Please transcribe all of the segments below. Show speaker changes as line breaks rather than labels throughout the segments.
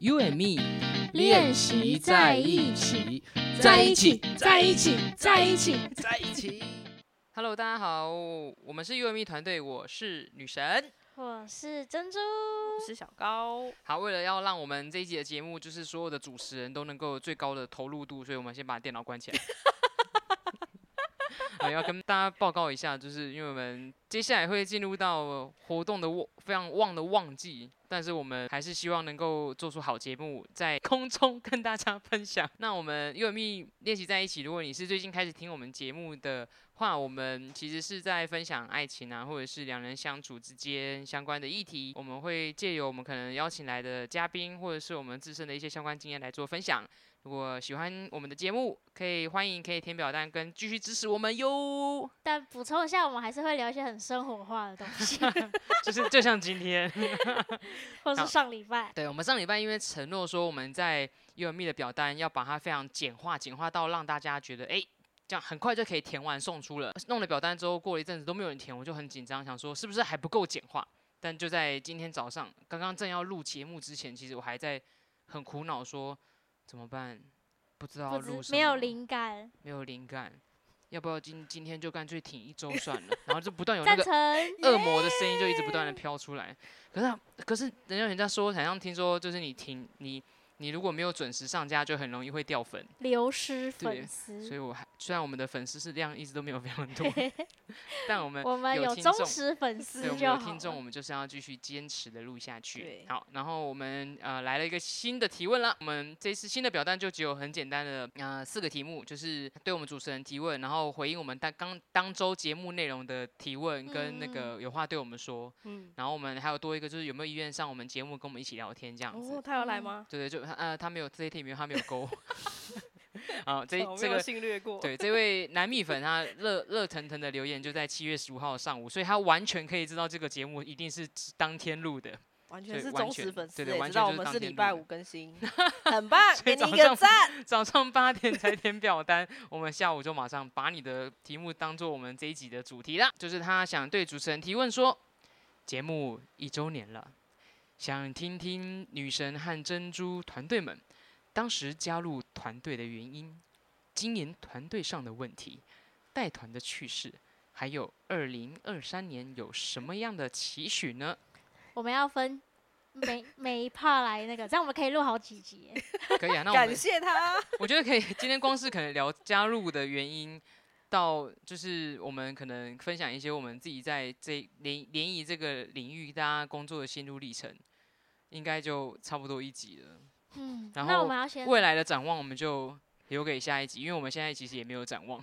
You and me
练习在一起，
在一起，在一起，在一起，在一起。Hello，大家好，我们是 You and me 团队，我是女神。
我是珍珠，
我是小高，
好，为了要让我们这一集的节目，就是所有的主持人都能够有最高的投入度，所以我们先把电脑关起来。 好，要跟大家报告一下，就是因为我们接下来会进入到活动的旺非常旺的旺季，但是我们还是希望能够做出好节目，在空中跟大家分享。那我们 u m 密练习在一起，如果你是最近开始听我们节目的话，我们其实是在分享爱情啊，或者是两人相处之间相关的议题。我们会借由我们可能邀请来的嘉宾，或者是我们自身的一些相关经验来做分享。如果喜欢我们的节目，可以欢迎可以填表单跟继续支持我们哟。
但补充一下，我们还是会聊一些很生活化的东 西，
就是就像今天，
或
好
是上礼拜
对我们上礼拜因为承诺说我们在 u m E 的表单要把它非常简化，简化到让大家觉得哎。这样很快就可以填完送出了。弄了表单之后，过了一阵子都没有人填，我就很紧张，想说是不是还不够简化？但就在今天早上，刚刚正要录节目之前，其实我还在很苦恼，说怎么办？不知道
不
录
知
什么，
没有灵感，
没有灵感，要不要今今天就干脆挺一周算了？然后就不 断有那个
赞 成
恶魔的声音就一直不断的飘出来。可是啊可是人家人家说好像听说就是你停你你如果没有准时上架，就很容易会掉粉。
流失
对
粉
所以
丝。
我还虽然我们的粉丝是量一直都没有非常多，但我们
我们
有
有
听
忠
众
实粉
对，
丝
我们
就
有
好
听众，我
了。
们就是要继续坚持的录下去
对。
好，然后我们呃来了一个新的提问啦。我们这次新的表单就只有很简单的呃四个题目，就是对我们主持人提问，然后回应我们当刚当周节目内容的提问，跟那
嗯
个有话对我们说。
嗯，
然后我们还有多一个就是有没有意愿上我们节目跟我们一起聊天这样子。
哦，他要来吗？
对对，就他呃他没有这一题没有他没有勾。 好，这
哦我
这
没有
个
性略过，，
对，这位男蜜粉他热热腾腾的留言就在七月十五号的上午，所以他完全可以知道这个节目一定是当天录的。
完全
对
是
完
忠
全
实粉丝
对对
欸，
完
知
全
道
就
我
是
们
当
是
天
礼拜
录
五 更新，很棒，
所以
给你
早
一
上
个赞，
早上八点才填表单，我们下午就马上把你的题目当做我们这一集的主题啦。就是他想对主持人提问说，节目一周年了，想听听女神和珍珠团队们当时加入团队的原因，经营团队上的问题，带团的趣事。还有二零二三年有什么样的期许呢？
我们要分每每一 part 来那个，这样我们可以录好几 集耶。
可以啊，那我
感
们
谢他，
我觉得可以，今天光是可能聊加入的原因，到就是我们可能分享一些我们自己在这联联谊这个领域大家工作的心路历程，应该就差不多一集了。
嗯，
然
那
后
我们要先
未来的展望我们就留给下一集，因为我们现在其实也没有展望，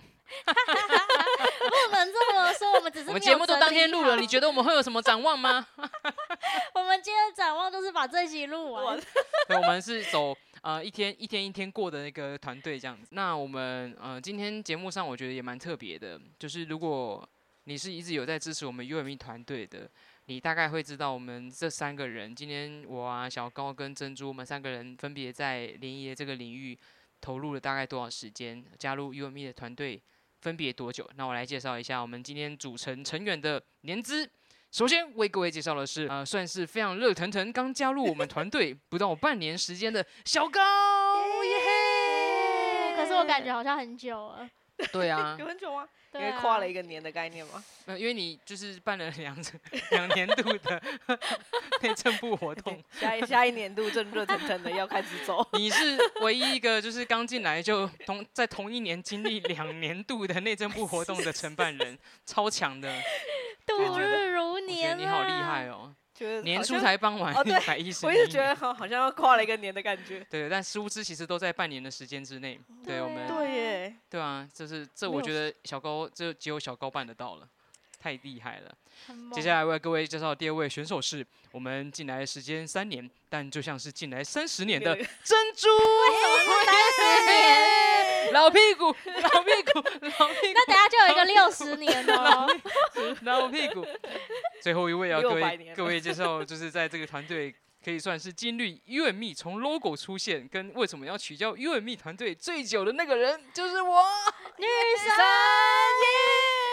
不能这么说，我们 只是
我们
没
节
有
目都
整
当天
理
录了，
好
你觉得我们会有什么展望吗？
我们今天的展望就是把这集录
我
完。
对，我们是走呃一天一天一天过的那个团队这样子。那我们呃今天节目上我觉得也蛮特别的，就是如果你是一直有在支持我们 UME 团队的，你大概会知道我们这三个人，今天我啊小高跟珍珠，我们三个人分别在联谊的这个领域投入了大概多少时间，加入 UME 的团队分别多久？那我来介绍一下我们今天组成成员的年资。首先为各位介绍的是，呃，算是非常热腾腾刚加入我们团队 不到半年时间的小高，耶嘿！
可是我感觉好像很久了。
对啊
有，很久吗？因
对
为
啊
跨了一个年的概念 嘛，
呃因为你就是办了两 两年度 的内政部活动，，
下一下一年度正热腾腾的要开始走
你是唯一一个就是刚进来就同在同一年经历两年度的内政部活动的承办 人，超强的，我
度
觉得
日如
我觉得
年
你好厉害
哦！
哦，
觉得
年
好
初
像，
才帮完
哦
一
对
百一十，
我一直觉得好好像要跨了一个年的感觉，
对，但殊不知其实都在半年的时间之内，对我
对
们
啊
对耶，
对啊，就是这，
没
我
有
觉得小高这只有小高办得到了，太厉害了。
很猛
接下来为各位介绍第二位选手是我们进来时间三年，但就像是进来三十年的
对
珍珠， 老屁股，老屁股，老屁
那等下就有一个六十年的哦，
股，老屁股。最后一位要各
600
位
年
各位介绍，就是在这个团队。可以算是金律 U M E 从 logo 出现，跟为什么要取叫 U M E 团队最久的那个人就是我。
女神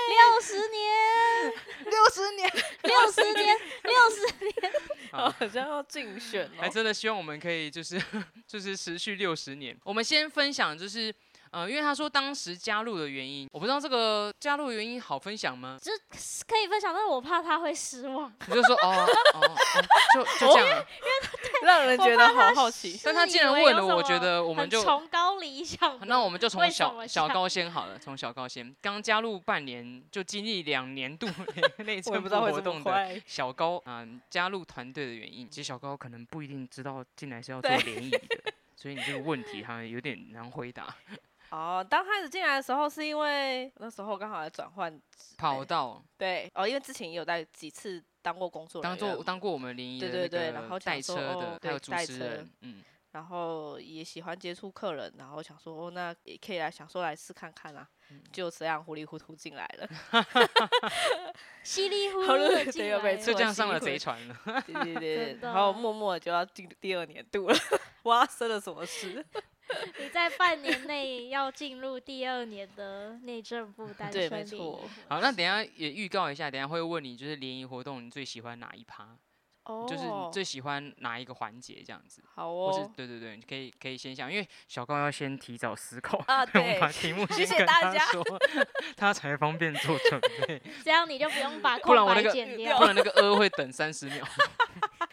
六十年，
六十年，
六十年，六十年，
好
好像要 竞选
还
哦。
真的希望我们可以就是 就是持续六十年。我们先分享就是。呃，因为他说当时加入的原因，我不知道这个加入的原因好分享吗？
可以分享，但是我怕他会失望。
你就说哦哦哦，就就这样
哦
了。
让人觉得好 好奇。
但他既然
是以为
问
有
了，
什
我觉
么
得我们
很
就
崇高理想的。
那我们就从
为什
小
么
小
像
高先好了，从小高先刚加入半年就经历两年度 内
我也
政
不
部
知道会
活
这么
动的
快，
小高嗯、加入团队的原因，其实小高可能不一定知道进来是要做
对
联谊的，所以你这个问题他有点难回答。
哦，当开始进来的时候，是因为那时候刚好在转换，
跑道
对，哦，因为之前也有在几次当过工作人
当
员，
做当过我们联谊
对
的那
对对然
个
后
带
想
车
说
的
哦，
还有
对
主
带
持
车
人，嗯，
然后也喜欢接触客人，然后想说，哦，那也可以来想说来试看看啊，
嗯
就这样糊里糊涂进来 了，
稀里糊
好
涂
了
的
对
进
又被
来
就
错
这样上
机
了
会
贼船了。
对对对对
真，的
然后默默就要进第二年度了，哇，生了什么事？
你在半年内要进入第二年的内政部单
对，
身
没
联谊
错，
好，那等一下也预告一下，等一下会问你就是联谊活动你最喜欢哪一趴，
哦，
就是你最喜欢哪一个环节这样子。
好
或是
哦，
对对对，你可以可以先想，因为小高要先提早思考，
啊
我们
对
把题目
谢
先
谢
跟
大
他
家
说，他才方便做准备，
这样你就不用把
不然
空
我那
白
个
剪掉
要
不。然那个呃会等三十秒。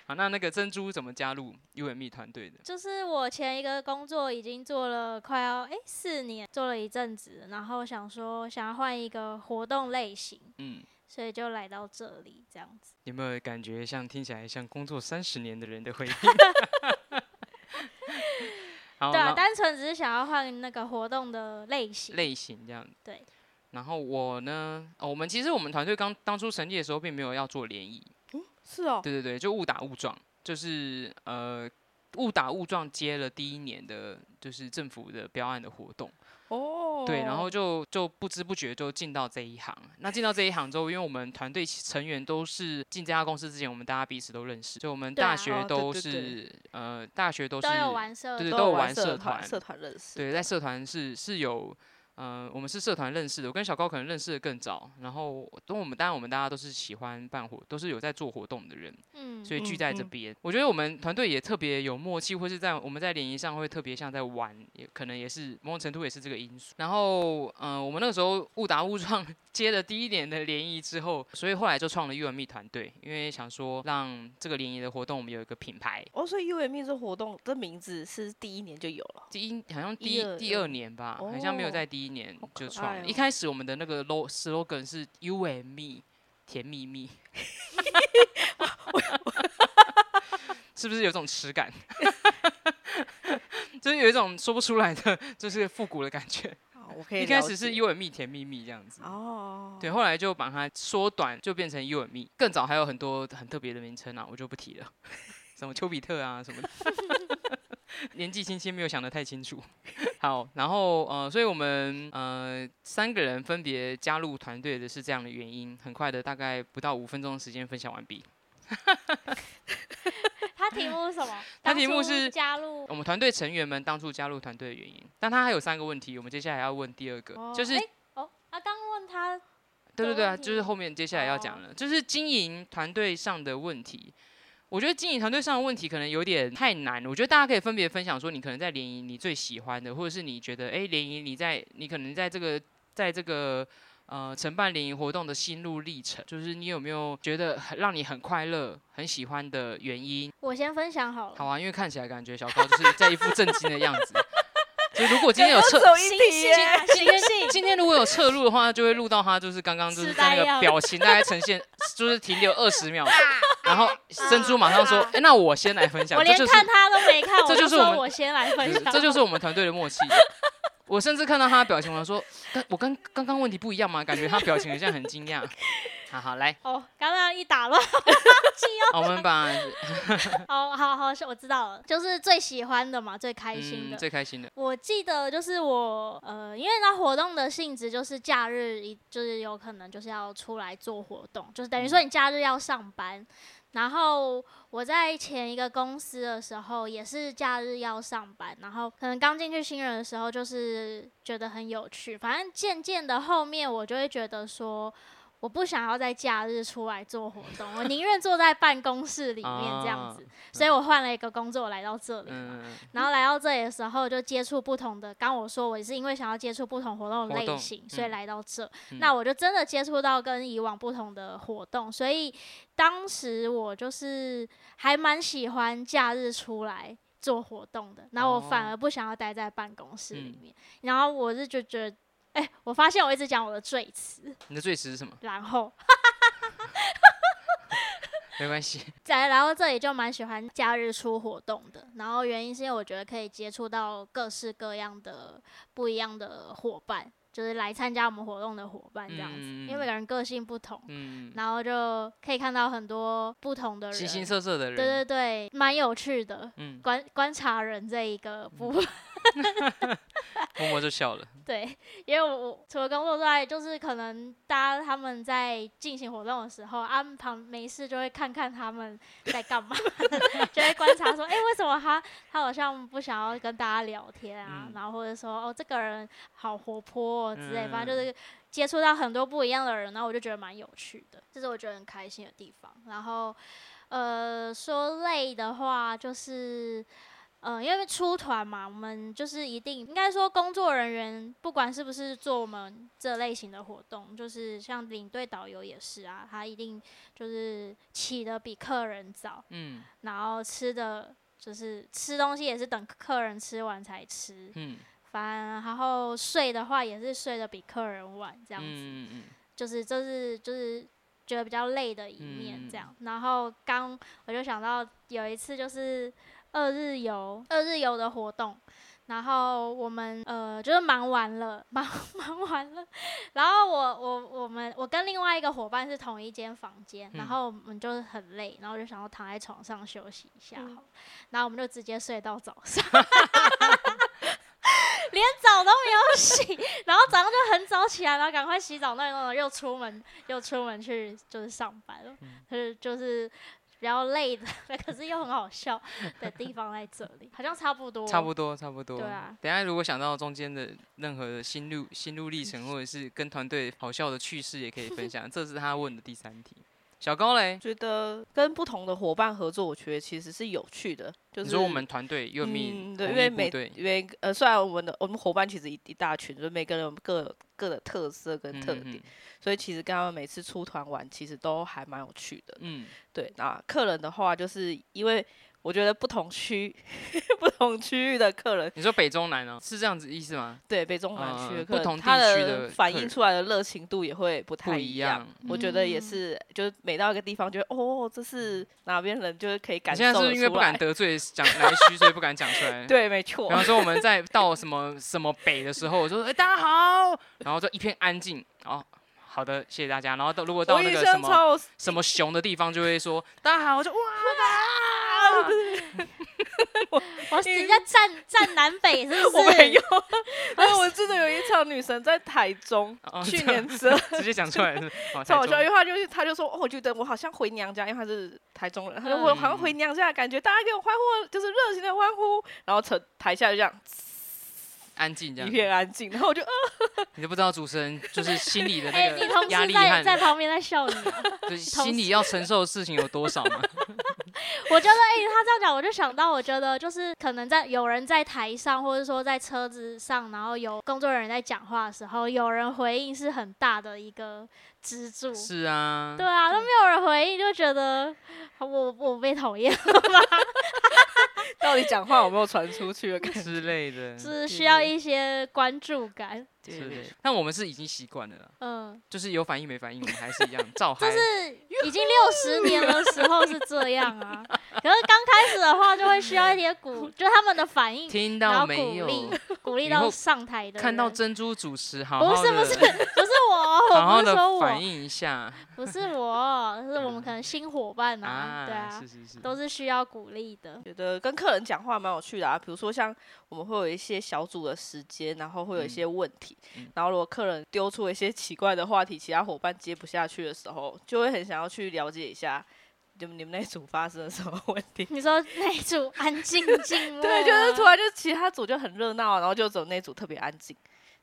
好，那那个珍珠怎么加入 UME 团队的？
就是我前一个工作已经做了快要诶四年，做了一阵子，然后想说想要换一个活动类型，
嗯，
所以就来到这里这样子。
有没有感觉像听起来像工作三十年的人的回忆？ 好，
对啊，
然后
单纯只是想要换那个活动的类型。
类型这样。
对。
然后我呢，哦我们其实我们团队刚当初成立的时候，并没有要做联谊，
是哦，
对对对，就误打误撞，就是呃误打误撞接了第一年的，就是政府的标案的活动，
哦，
对，然后就就不知不觉就进到这一行。那进到这一行之后，因为我们团队其成员都是进这家公司之前，我们大家彼此都认识，就我们
对啊
大
哦
学
对
都
对
是、
对
呃大学都是
都有玩社
对
团
都有
有
玩社
社
团
社团认识，
对，在社团是是有，呃，我们是社团认识的。我跟小高可能认识的更早，然后都我们当然我们大家都是喜欢办活，都是有在做活动的人，
嗯，
所以聚
嗯
在这
嗯
边，我觉得我们团队也特别有默契，或是在我们在联谊上会特别像在玩，也可能也是某种程度也是这个因素。然后，嗯、我们那个时候误打误撞 接了第一年的联谊之后，所以后来就创了 UME 团队，因为想说让这个联谊的活动我们有一个品牌。
哦，所以 U M E 这活动这名字是第一年就有了，
第一好像第
一
一
二哦
第二年吧，好像没有在第一年
好
就
可
创
爱
了。
哦
一开始我们的那个 lo slogan 是 You and me，甜蜜 蜜，是不是有种耻感？ 就是有一种说不出来的，就是复古的感觉。
好我可以
一开
了
始是 E
解
You and me 甜蜜蜜这样子，
哦，
对，后来就把它缩短，就变成 You and me。更早还有很多很特别的名称啊，我就不提了， 什么丘比特啊什么的。 年纪轻轻没有想得太清楚。 好，然后呃，所以我们呃三个人分别加入团队的是这样的原因。很快的，大概不到五分钟的时间分享完毕。
它题目是什 么？
它
当
题目
初
是
加入
我们团队成员们当初加入团队的原因，但他还有三个问题，我们接下来要问第二个，
哦
就是
诶哦，他刚问他
对对
的
对啊，
问
就是
题
后面接下来要讲了，就是经营团队上的问题。我觉得经营团队上的问题可能有点太难，我觉得大家可以分别分享说，你可能在联谊你最喜欢的，或者是你觉得诶联谊你在你可能在这个在这个呃承办联谊活动的心路历程，就是你有没有觉得很让你很快乐、很喜欢的原因？
我先分享好了。
好啊，因为看起来感觉小高就是在一副震惊的样子。 就如果今天有测，
走一
星
题
星啊，星星，
今天如果有侧录的话，就会录到他就是刚刚就是
痴
在那
呆
个
样
表情大概呈现，就是停留二十 秒，然后珍珠马上说：“哎、那我先来分享。”
啊我
这
连
就是
看他都没看，
这
我
就
就是
我
说
们
我先来分享。
这就是我们团队的 默契。我甚至看到他的表情，我说：“跟我跟刚刚问题不一样吗？感觉他表情好像很惊 讶。”好好来，
哦，刚刚一打乱，
好我们把
哦，好好，是我知道了，就是最喜欢的嘛，最开心
嗯
的。
最开心的
我记得就是我呃，因为那活动的性质就是假日一就是有可能就是要出来做活动，就是等于说你假日要上班。然后我在前一个公司的时候也是假日要上班，然后可能刚进去新人的时候就是觉得很有趣，反正渐渐的后面我就会觉得说。我不想要在假日出来做活动，我宁愿坐在办公室里面这样子，所以我换了一个工作来到这里嘛。
嗯，
然后来到这里的时候，就接触不同的。刚我说我是因为想要接触不同活动的
活
类
动
型，所以
嗯
来到这。
嗯
那我就真的接触到跟以往不同的活动，所以当时我就是还蛮喜欢假日出来做活动的。然后我反
哦
而不想要待在办公室里
嗯
面。然后我是就觉得，哎、我发现我一直讲我的最词，
你的最迟是什么？
然后
没关 系，
再来到这里就蛮喜欢假日出活动的，然后原因是因为我觉得可以接触到各式各样的不一样的伙伴，就是来参加我们活动的伙伴这样子，因为每个人个性不同，
嗯，
然后就可以看到很多不同的人，
形形色色的人，
对对对，蛮有趣的。
嗯，
观观察人这一个部分，
默默就笑了，
对，因为我我除了工作之外，就是可能大家他们在进行活动的时候，啊，旁没事就会看看他们在干嘛， 就会观察说，哎、为什么他他好像不想要跟大家聊天啊？
嗯
然后或者说，哦，这个人好活泼、哦、之类，反正就是接触到很多不一样的人，然后我就觉得蛮有趣的，这是我觉得很开心的地方。然后，呃，说累的话就是。呃，因为出团嘛，我们就是一定应该说，工作人员不管是不是做我们这类型的活动，就是像领队导游也是啊，他一定就是起得比客人早，
嗯
然后吃的就是吃东西也是等客人吃完才吃，
嗯
反然后睡的话也是睡得比客人晚，
嗯
这样子，
嗯
就是这是就是觉得比较累的一面这
嗯
样。然后刚我就想到有一次就是二日游，二日游的活动。然后我们呃就是忙完了，忙 忙完了，然后我我我们我跟另外一个伙伴是同一间房间，然
嗯
后我们就是很累，然后就想要躺在床上休息一下好
嗯
了，然后我们就直接睡到早上，连澡都没有洗， 然后早上就很早起来，然后赶快洗澡弄一弄，又出门又出门去就是上班
嗯
了，就是就是比较累的， 可是又很好笑的地方在这里，好像差不多，
嗯，差不多差不多。
对啊
等一下如果想到中间的任何的心路心路历
嗯
程，或者是跟团队好笑的趣事，也可以分享。这是他问的第三题。小高嘞，
觉得跟不同的伙伴合作，我觉得其实是有趣的。就
你
是
说我们团队又命
嗯，对，因为每
对，
每呃，虽然我们的我们伙伴其实一一大群，就是每个人有各各的特色跟特点，
嗯
所以其实跟他们每次出团玩，其实都还蛮有趣的。
嗯
对，那客人的话，就是因为我觉得不同区 不同区域的客人，
你说北中南哦，是这样子意思吗？
对北中南区
嗯
的客
不
人，
同
他
地区的
的反
客
映
人
出来的热情度也会不太
不
一
一
样
样。。
我觉得也
嗯
是，就是每到一个地方，觉得哦，这是哪边人，就是可以感
嗯你
受
现在
得
是不
出来。
是因为不敢得罪讲来虚，所以不敢讲出来。
对，没错
比。方说我们在到什么什么北的时候，我就说：“哎、大家好。”然后就一片安静。哦，好的，谢谢大家。然后到如果到
我
那
印
个什
象
么
超有
什么熊的地方，就会说：“大家好。”我就哇，，
我人家站站南北是不
我
是？
没有，因为我记得有一场女神在台中
哦
去
这
年折，
直接讲出 来是不是哦
超好
台
笑，
中
因为她就是她就说，哦，我觉得我好像回娘家，因为她是台中人，她说
嗯
我好像回娘家的感觉，大家给我欢呼，就是热情的欢呼，然后台台下就这样
安静这
一
样，
片安静，然后我就呃，
你都不知道主持人就是心里的
哎、
那
你同
个压
事
力
在
和
在旁边在笑你啊，
就是
同
心里
事
要承受的事情有多少 嘛？
我觉得哎、他这样讲，我就想到，我觉得就是可能在有人在台上，或者说在车子上，然后有工作人员在讲话的时候，有人回应是很大的一个支柱。
是啊，
对啊，都没有人回应，就觉得我我被讨厌了吧？
到底讲话有没有传出去的感 觉？
之类的，
是需要一些关注感。
对
之类的。但我们是已经习惯了啦，
嗯，
就是有反应没反应，我们还是一 样照 嗨。
就是已经六十年的时候是这样啊，可是刚开始的话就会需要一些鼓，就他们的反应，
听
然
到
后
没
鼓
有？
励鼓励
以
到
后
上台的人。
看到珍珠主持，好
不
好
是
的，
不 是不是我，
好
我
好
不是
的
说我
反，映一下
不是我，是我们可能新伙伴啊，对
啊，
啊
是，是是，
都是需要鼓励的。
觉得跟客人讲话蛮有趣的啊，比如说像我们会有一些小组的时间，然后会有一
嗯
些问题，
嗯
然后如果客人丢出一些奇怪的话题，其他伙伴接不下去的时候，就会很想要去了解一下你们你们那组发生了什么问 题。
你说那一组安静静默，
啊
啊对，就是突然就其他组就很热闹，然后就只有那组特别安静，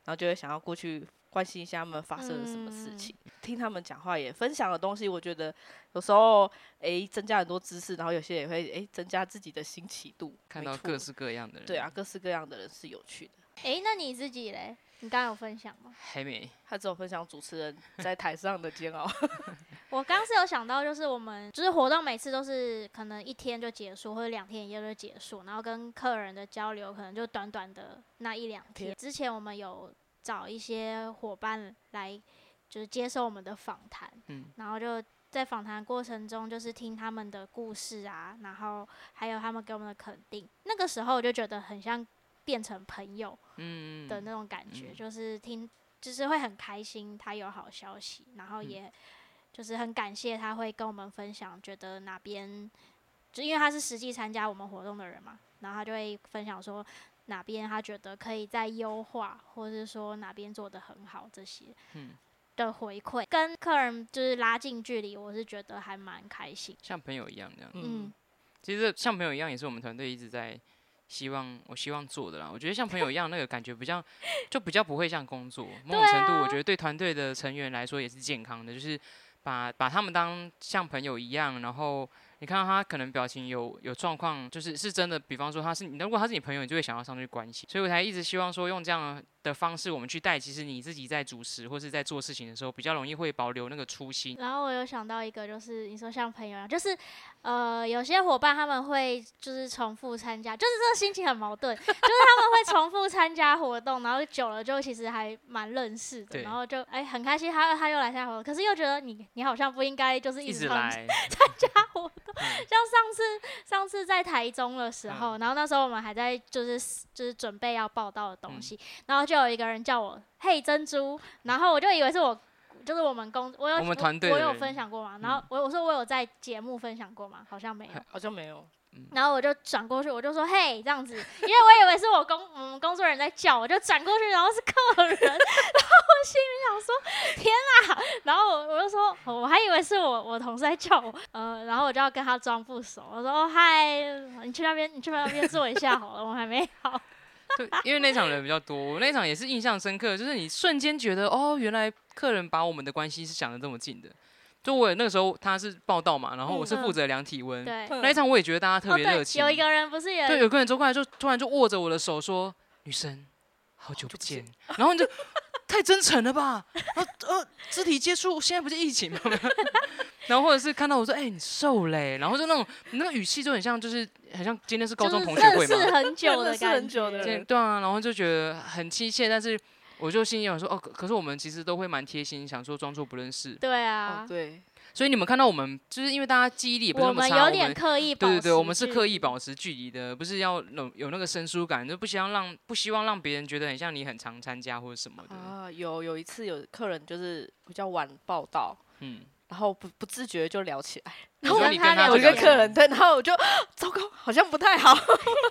然后就会想要过去关心一下他们发生了什
嗯
么事情，听他们讲话也分享的东西，我觉得有时候诶、增加很多知识，然后有些也会诶、增加自己的新奇度，
看
没
到
错
各式各样的人。
对啊，，各式各样的人是有趣的。
诶、那你自己嘞？你刚刚有分享吗？
还没
他只有分享主持 人在台上的煎熬，
我刚是有想到，就是我们就是活动每次都是可能一天就结束，或者两天一夜就结束，然后跟客人的交流可能就短短的那一两天。之前我们有找一些伙伴来，就是接受我们的访谈，
嗯
然后就在访谈过程中，就是听他们的故事啊，然后还有他们给我们的肯定。那个时候我就觉得很像变成朋友，
嗯
的那种感觉，
嗯
就是听，就是会很开心，他有好消息，然后
嗯
也就是很感谢他会跟我们分享，觉得哪边，就因为他是实际参加我们活动的人嘛，然后他就会分享说哪边他觉得可以再优化，或是说哪边做的很好这些，
嗯
的回馈跟客人就是拉近距离，我是觉得还蛮开心，
像朋友一样这样。
嗯，
其实像朋友一样，也是我们团队一直在希望我希望做的啦。我觉得像朋友一样，那个感觉比较就比较不会像工作。某种程度，我觉得对啊团队的成员来说也是健康的，就是把把他们当像朋友一样，然后。你看到他可能表情有有状况，就是是真的。比方说他是你，如果他是你朋友，你就会想要上去关心。所以我才一直希望说，用这样的方式我们去带，其实你自己在主持或是在做事情的时候，比较容易会保留那个初心。
然后我有想到一个，就是你说像朋友一样，就是呃，有些伙伴他们会就是重复参加，就是这个心情很矛盾， 就是他们会重复参加活动，然后久了就其实还蛮认识的，
对
然后就哎很开心他他又来参加活动，可是又觉得你你好像不应该就是
一
直
直
参
来，
加活动，
嗯
像上次上次在台中的时候，然后那时候我们还在就是就是准备要报道的
嗯
东西，然后就有一个人叫我嘿珍珠，然后我就以为是我。就是我们公，我有
我们团队
我
的
有
人嗯
分享过吗？然后我我说我有在节目分享过吗？好像没有。
好像没有。
然后我就转过去，我就说嘿这样子，因为我以为是我工 我们工作人员在叫，我就转过去，然后是客人， 然后我心里想说天啊，然后我我就说我还以为是我我同事在叫我，呃，然后我就要跟他装不熟，我说哦嗨，你去那边你去那边坐一下好了，我还 没好，
对，因为那场人比较多，我那场也是印象深刻，就是你瞬间觉得哦，原来客人把我们的关系是想的这么近的。就我那个时候他是报道嘛，然后我是
嗯嗯
负责量体温，
对，哦
那一场我也觉得大家特别热
对，
情、
有一个人不是也
对，有个人走过来就突然就握着我的手说：“女生，好久不见。”然后你就太真诚了吧？呃呃，肢体接触现在不是疫情吗？ 然后或者是看到我说：“哎、你瘦嘞、然后就那种那个语气就很像，就是很像今天是高
就
中
是
同学
认
会嘛，
识很久的
认识
感
很
觉，
久的
对
人
对啊，然后就觉得很亲切，但是我就心里想说，哦，可可是我们其实都会蛮贴心，想说装作不认识，
对
哦
啊，，
对，
所以你们看到我们，就是因为大家记忆力也不是
我
那么
们
差，
有
我
点
们
刻意保
对
持距离，
对对，我们是刻意保持距离的，不是要有有那个生疏感，就不希望让不希望让别人觉得很像你很常参加或者什么的，
啊，有有一次有客人就是比较晚报道，
嗯，
然后不不自觉就聊起来，
你
我
说
跟
你
他
跟他
啊聊
有一
这
个
聊
天
客
天
人对，然后我就糟糕，好像不太好，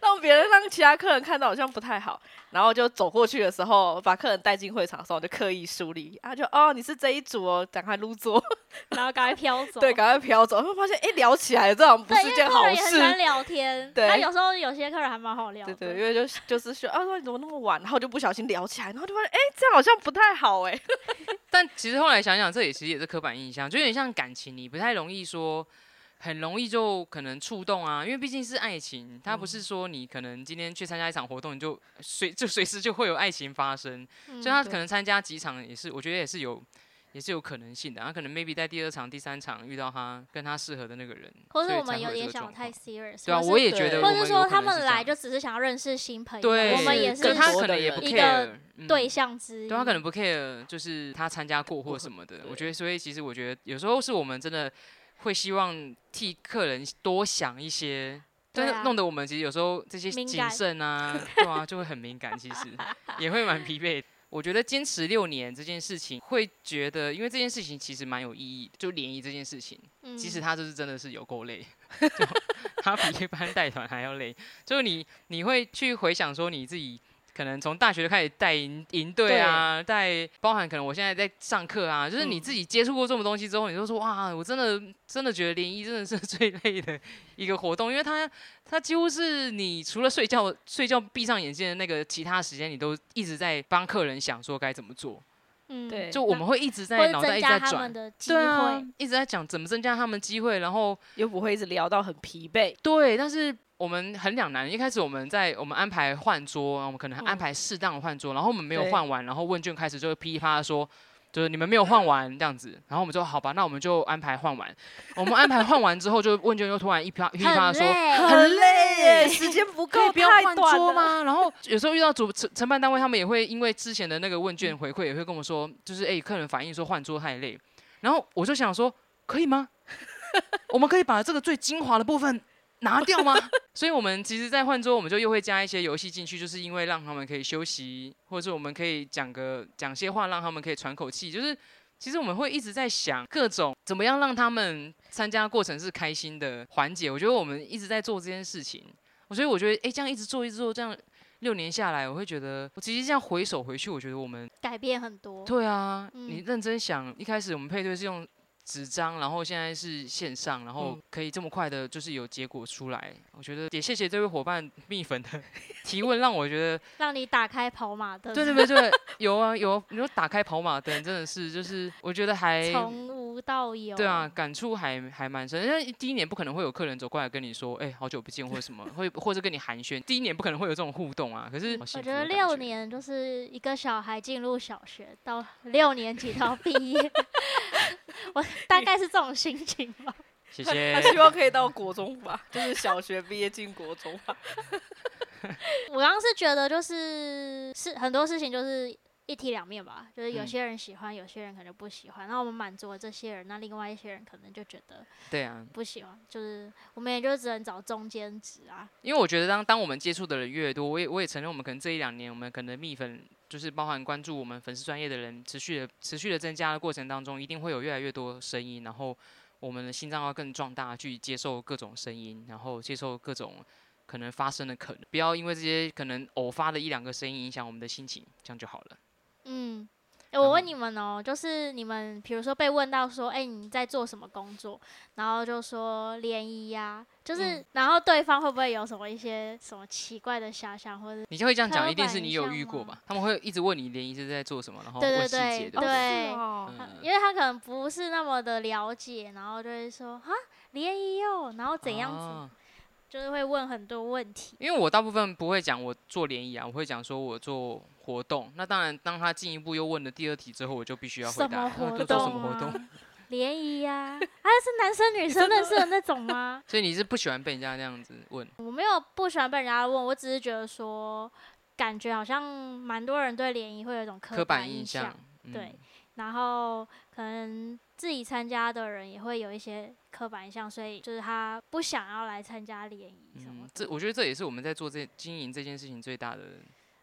让别人让其他客人看到好像不太好，然后就走过去的时候，把客人带进会场的时候，我就刻意梳理啊，就哦你是这一组哦，赶快撸桌，
然后赶快飘走，
对，赶快飘走，然后发现哎聊起来这好像不
对，
是
因为
件
客
好
人也很喜欢
事。
聊天，
对
那有时候有些客人还蛮好聊的。
对对，因为就就是说，啊，说你怎么那么晚，然后就不小心聊起来，然后就发现，哎、这样好像不太好哎、
但其实后来想想，这也其实也是刻板印象，就有点像感情，你不太容易说，很容易就可能触动啊，因为毕竟是爱情，它不
嗯
是说你可能今天去参加一场活动，你就随 就随时就会有爱情发生，
嗯
所以他
对
可能参加几场也是，我觉得也是有。也是有可能性的，他可能 maybe 在第二场、第三场遇到他跟他适合的那个人，
或
所
是
以
我们
才会
有
这
点
个
想
状
太
况。
serious，
对啊，
或是
我也觉得
对
我
或
们
是
有
说
可
他
能是
们
这
来
样
就只是想要认识新朋友，
对，
我们也
更
可
是
他
多
可
的
能也不
人一
care，
个
嗯
对象之一。
对他可能不 care，就是他参加过或什么的。我觉得，所以其实我觉得有时候是我们真的会希望替客人多想一些，
对
但
啊
是弄得我们其实有时候这些
敏
谨
感
慎 啊，对啊，就会很敏感，其实也会蛮疲惫的。我觉得坚持六年这件事情，会觉得，因为这件事情其实蛮有意义的，就联谊这件事情。
嗯，
其实他就是真的是有够累， 就他比一般带团还要累。就是你你会去回想说你自己。可能从大学就开始带营营队啊，带包含可能我现在在上课啊，就是你
嗯
自己接触过这种东西之后，你就说哇，我真的真的觉得联谊真的是 最累的一个活动，因为它它几乎是你除了睡觉睡觉闭上眼睛的那个其他时间，你都一直在帮客人想说该怎么做，
嗯，
对
就我们会一直在
会
脑袋
增
一直在
加他们
转。
的机
对啊
会，，
一直在讲怎么增加他们机会，然后
又不会一直聊到很疲惫。
对，但是我们很两难。一开始我们在我们安排换桌，然后我们可能
嗯
安排适当的换桌，然后我们没有
对
换完，然后问卷开始就会噼里啪啦说，就是你们没有换完这样子。然后我们就好吧，那我们就安排换完。我们安排换完之后，就问卷又突然一啪噼里啪啦
很
说。
累，
很累耶，
累
时间不
可
够，
以不要
太
换
短
桌
了？
吗？然后 有时候遇到主承承办单位，他们也会因为之前的那个问卷回馈，也会跟我说，就是哎、客人反映说换桌太累。然后我就想说，可以吗？ 我们可以把这个最精华的部分拿掉吗？ 所以我们其实，在换桌，我们就又会加一些游戏进去，就是因为让他们可以休息，或者是我们可以讲个讲些话，让他们可以喘口气。就是其实我们会一直在想各种怎么样让他们参加过程是开心的环节。我觉得我们一直在做这件事情，所以我觉得，诶，这样一直做，一直做，这样六年下来，我会觉得，我其实这样回首回去，我觉得我们
改变很多。
对啊，你
嗯
认真想，一开始我们配对是用纸张，然后现在是线上，然后
嗯
可以这么快的，就是有结果出来。我觉得也谢谢这位伙伴蜜粉的提问，让我觉得，
让你打开跑马灯，
对对对对，有啊有啊，你说打开跑马灯，真的是就是，我觉得还。
从无到有。
对啊，，感触还还蛮深，因为第一年不可能会有客人走过来跟你说，哎、好久不见，或者什么，会或者跟你寒暄。第一年不可能会有这种互动啊。可是好
嗯我
幸福
觉
的
得
感
六年就是一个小孩进入小学到六年级到毕业， 我大概是这种心情吧。
谢
他
谢
他。希望可以到国中吧，就是小学毕业进国中 吧。
我刚刚是觉得就是是很多事情就是一体两面吧，就是有
嗯
些人喜欢，有些人可能不喜欢。那我们满足了这些人，那另外一些人可能就觉得
对啊，
不喜欢，就是我们也就只能找中间值啊。
因为我觉得当当我们接触的人越多，我也我也承认，我们可能这一两年，我们可能蜜粉就是包含关注我们粉丝专业的人，持续的持续的增加的过程当中，一定会有越来越多声音，然后我们的心脏要更壮大，去接受各种声音，然后接受各种可能发生的可能，不要因为这些可能偶发的一两个声音影响我们的心情，这样就好了。
嗯，诶
然
我
后
问你们哦，就是你们比如说被问到说，哎、你在做什么工作？然后就说联谊呀，就是、
嗯
然后对方会不会有什么一些什么奇怪的遐想，或者
你就会这样
刻
讲，一定
板
是
印
你有
象
遇过
吗
吧？他们会一直问你联谊是在做什么，然后
对
问
对
细
对
节，不
对
对？
对
哦
他
嗯
因为他可能不是那么的了解，然后就会说啊联谊哦，然后怎样子，
啊
就是会问很多问题。
因为我大部分不会讲我做联谊啊，我会讲说我做活动。那当然，当他进一步又问了第二题之后，我就必须要回
什
答他
么活
就
动
做
啊？
什么活动。
联谊呀，啊是男生女生认识的那种吗？
所以你是不喜欢被人家那样子问？
我没有不喜欢被人家问，我只是觉得说，感觉好像蛮多人对联谊会有一种
刻
刻
板
印
印象，嗯
对，然后可能自己参加的人也会有一些刻板印象，所以就是他不想要来参加联谊什
嗯，
么的。
这我觉得这也是我们在做这经营这件事情最大的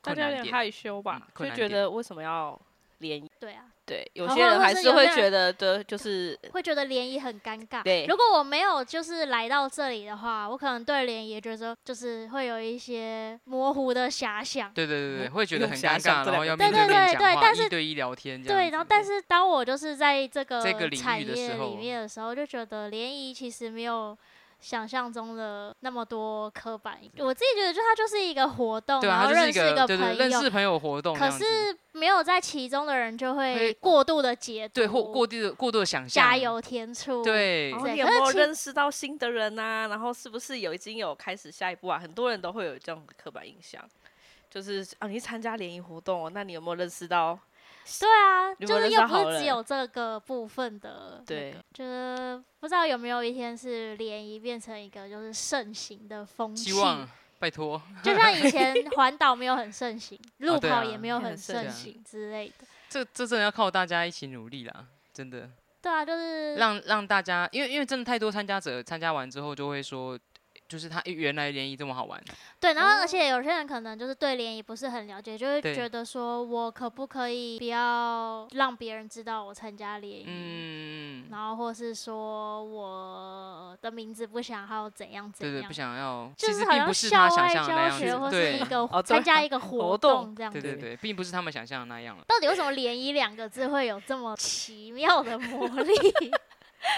大
困
家有
难
点
点。
害羞吧
嗯，困
就
难
觉
点
得为什么要联谊？
对啊，
对，有
好
些
或
人
者
还
是
是
有
会
些
觉
人
得的，就是
会觉得联谊很尴尬。
对
如果我没有就是来到这里的话，我可能对联谊也觉得就是会有一些模糊的遐想。
对对对对，
嗯
会觉得
用
很
遐
尴
想
尬，
这
然后
两
要
个
面
字
面
对对
讲
对
话，
但
一
是
对一聊天这样
对，
子
然后但是当我就是在这个
这个领
产
域的时
业
候
里面的时候，就觉得联谊其实没有想象中的那么多刻板印。我自己觉得，就它就是一个活动，
对
然
啊，
后
它就是
认
一
识
个
个
对
朋
对
友。
认识朋友活动这
可
样子。
是没有在其中的人就
会
会过度的解读，
对或过度的过度的想象，
加油添醋，
对
然
哦
后
对
你有
可
没
是
有
其
认识到新的人啊？然后是不是有已经有开始下一步啊？很多人都会有这种刻板印象，就是啊，你去参加联谊活动、哦，那你有没有认识到？
对啊，
你
就
们
是
认识
又
好
不是只
人
有这个部分的、
对，
就是不知道有没有一天是联谊变成一个就是盛行的风气，
希望拜托。
就像 以前环岛没有很盛行，路
对
跑
啊
也没有
也很
很
盛
盛
行
行之类的。
这这真的要靠大家一起努力啦，真的
对啊，就是
让让大家，因为因为真的太多参加者参加完之后就会说，就是它原来联谊这么好玩，
对，然后
哦
而且有些人可能就是对联谊不是很了解，就会
对
觉得说我可不可以不要让别人知道我参加联谊，
嗯，
然后或是说我的名字不想要怎样怎
对对，
样，
不想要，
就
其
是
实
好
并
像
不是他
校
想
外
象的那
教
样
学或
子，
是
对
一，个
哦对
参加一个
活
活
动
这样
对
子。
对对，并不是他们想象的那样了。
到底为什么“联谊”两个字会有这么奇妙的魔 力？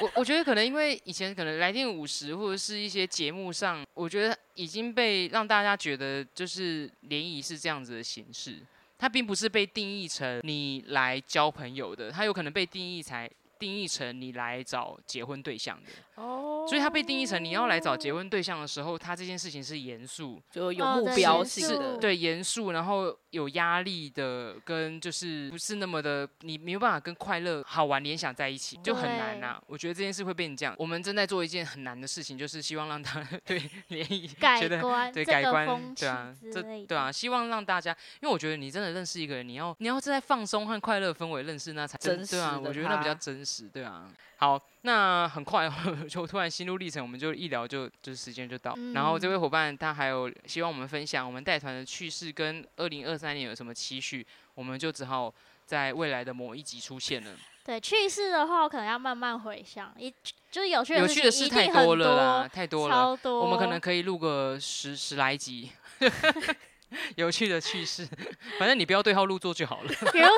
我我觉得可能因为以前可能来电五十或者是一些节目上，我觉得已经被让大家觉得就是联谊是这样子的形式，它并不是被定义成你来交朋友的，它有可能被定义才定义成你来找结婚对象的，
哦
所以它被定义成你要来找结婚对象的时候，它这件事情是严肃，
就有
哦
目
对
标
严
性
肃
的，
对严肃，然后有压力的，跟就是不是那么的，你没有办法跟快乐、好玩联想在一起，就很难呐、我觉得这件事会变成这样。我们正在做一件很难的事情，就是希望让他 对联谊
改
觉得
观，
对
这
改
个
观，
风气
对啊，
之
这
类的。
对啊，希望让大家，因为我觉得你真的认识一个人，你要你要是在放松和快乐氛围认识，那才
真
对啊，
实的
我觉得那比较
他
真实，对啊。好，那很快 就突然心路历程，我们就一聊就就是时间就到。然后这
嗯
位伙伴他还有希望我们分享我们带团的趣事跟二零二三年有什么期许，我们就只好在未来的某一集出现了。
对去世的话，我可能要慢慢回想，一就是有趣
有
事
趣
情
的事
一
太
定很多
了啦，太多了。
超多。
我们可能可以录个十十来集， 有趣的趣事，反正你不要对号入座就好了，
比如说，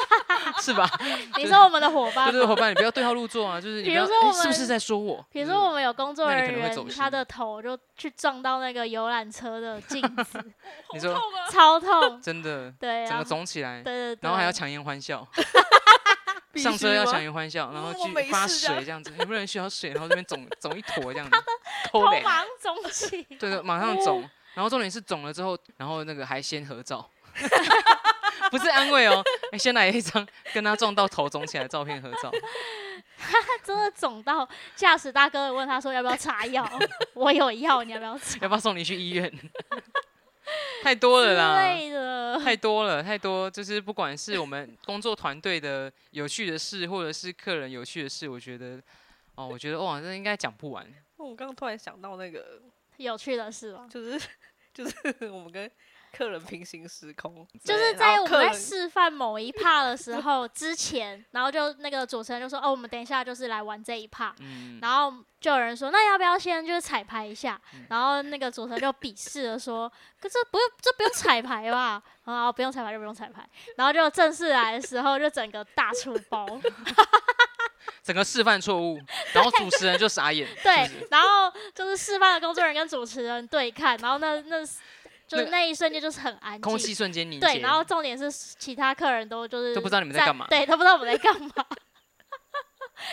是吧？
你说我们的伙
就
伴
是
吗，
伙伴，你不要对号入座啊，就是你
比
不
如
要，
说
诶
我
是不是
们
在说我？
比如
嗯
说我们有工作
那你
人
可能会
员
走，
他
心
的头就去撞到那个游览车的镜子，
你说
啊
超痛。
真的，整
对，然
个
后
肿起来，
对对对，
然后还要强颜欢笑，
必
上车
须
要
吗
强颜欢笑，然后
哦
嗯我
去
没
发
事这样
水这样子，有没有人需要水？然后这边肿肿一坨这样子，
头
抠脸，
忙中起。
对对，马上肿。然后重点是肿了之后，然后那个还先合照， 不是安慰哦，诶先来一张跟他撞到头肿起来的照片合照。
他真的肿到驾驶大哥问他说要不要擦药， 我有药，你要不要擦
要不要送你去医院？ 太多了
之
啦，
类的？
太多了，太多。就是不管是我们工作团队的有趣的事，或者是客人有趣的事，我觉得，哦，我觉得哇，这应该讲不完。
哦我刚刚突然想到那个，
有趣的事吗？
就是就是我们跟客人平行时空之
就
类
是
的，然
在
后
我
客
们在
人
示范某一趴的时候之前，然后就那个主持人就说：“哦，我们等一下就是来玩这一趴。”
嗯，
然后就有人说：“那要不要先就是彩排一下？”然后那个主持人就鄙视的说：“可这不用，这不用彩排吧？”然后哦不用彩排就不用彩排。然后就正式来的时候，就整个大出 包。
整个示范错误，然后主持人就傻眼。
对
是不是，
然后就是示范的工作人员跟主持人对看，然后那那就是
那
那一瞬间就是很安静，
空气瞬间凝结。
对，然后重点是其他客人都就是
都不知道你们在干嘛
对，都不知道我们在干嘛。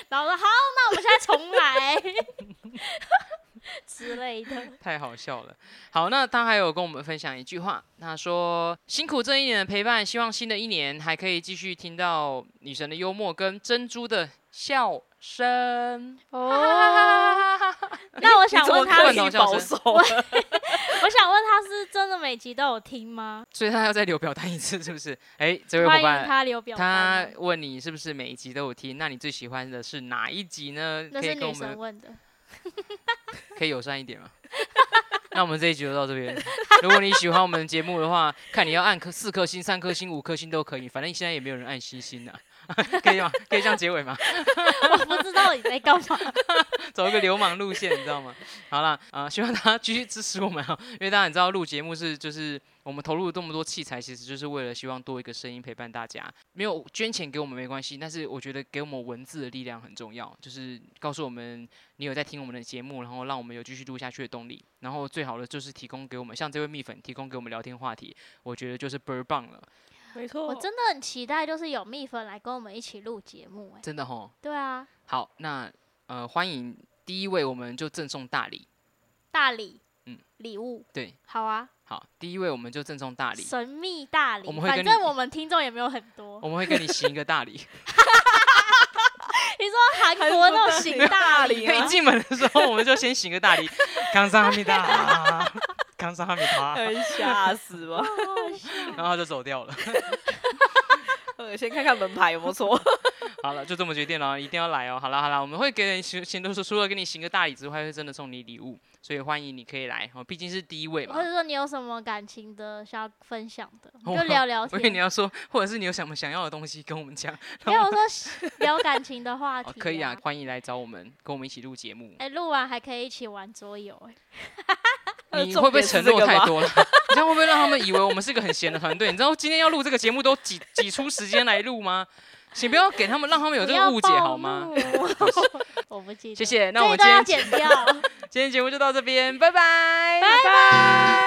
然后说好，那我们现在重来 之类的。
太好笑了。好，那他还有跟我们分享一句话，他说：“辛苦这一年的陪伴，希望新的一年还可以继续听到女神的幽默跟珍珠的笑声。
哦，
那我
你
想
怎么
问他，
可
可
以
以
笑
保
声
守
我
啊？
我想问他是真的每集都有听吗？
所以他要再留表单一次，是不是？哎、这位伙
欢迎
伴，
他留表单
他
哦。
问你是不是每一集都有听？那你最喜欢的是哪一集呢？
那
可
是
以跟
女
我
神
们
问的，
可以友善一点吗？ 那我们这一集就到这边。如果你喜欢我们的节目的话，看你要按颗四颗星、三颗星、五颗星都可以，反正现在也没有人按星星呢、 可以吗？可以这样结尾吗？
我不知道你在干嘛。
走一个流氓路线，你知道吗？好啦，啊、 希望大家继续支持我们哦， 因为大家也知道录节目是就是我们投入这么多器材，其实就是为了希望多一个声音陪伴大家。没有捐钱给我们没关系，但是我觉得给我们文字的力量很重要，就是告诉我们你有在听我们的节目，然后让我们有继续录下去的动力。然后最好的就是提供给我们，像这位蜜粉提供给我们聊天话题，我觉得就是倍儿棒了，
没 错，
我 真的很期待，就是有蜜粉来跟我们一起录节目、哎，
真的吼。
对啊，
好，那呃欢迎第一位，我们就赠送大礼，
大礼，
嗯
礼物，
对，
好啊，
好，第一位我们就赠送大礼。
神秘大礼
我，们会
反
跟
正
你
我们听众也没有很多。
我们会跟你行一个大礼。
你说韩国那种行大
韩
礼
国
一
吗？
进门的时候，我们就先行个大礼，康桑哈密达，康桑哈密达，
很吓死我！
然后他就走掉了。
呃先看看门牌有没有错。
好了，就这么决定了，一定要来哦。好了好了，我们会给你行行都说，除了给你行个大礼之外，会真的送你礼物，所以欢迎你可以来哦，毕竟是第一位嘛
或。者说你有什么感情的想要分享的，我
我
们就聊聊
我以为
天
你。要说，或者是你有什么想要的东西跟我们讲，
没有我说 聊感情的话题、
哦、可以啊，。欢迎来找我们，跟我们一起录节目。
哎、录完还可以一起玩桌游、哎
呃
你
重
会不会
点是
承
这
诺
个
太
吗
多了？ 你这样会不会让他们以为我们是个很闲的团队？你知道今天要录这个节目都挤挤出时间来录吗？请不要给他们让他们有
不
这
要
个误解
暴
好吗？
露？ 我不记得。
谢谢，那
这
我们
一
今
段要
天
剪掉。
今天节目就到这边，拜拜，拜
拜拜。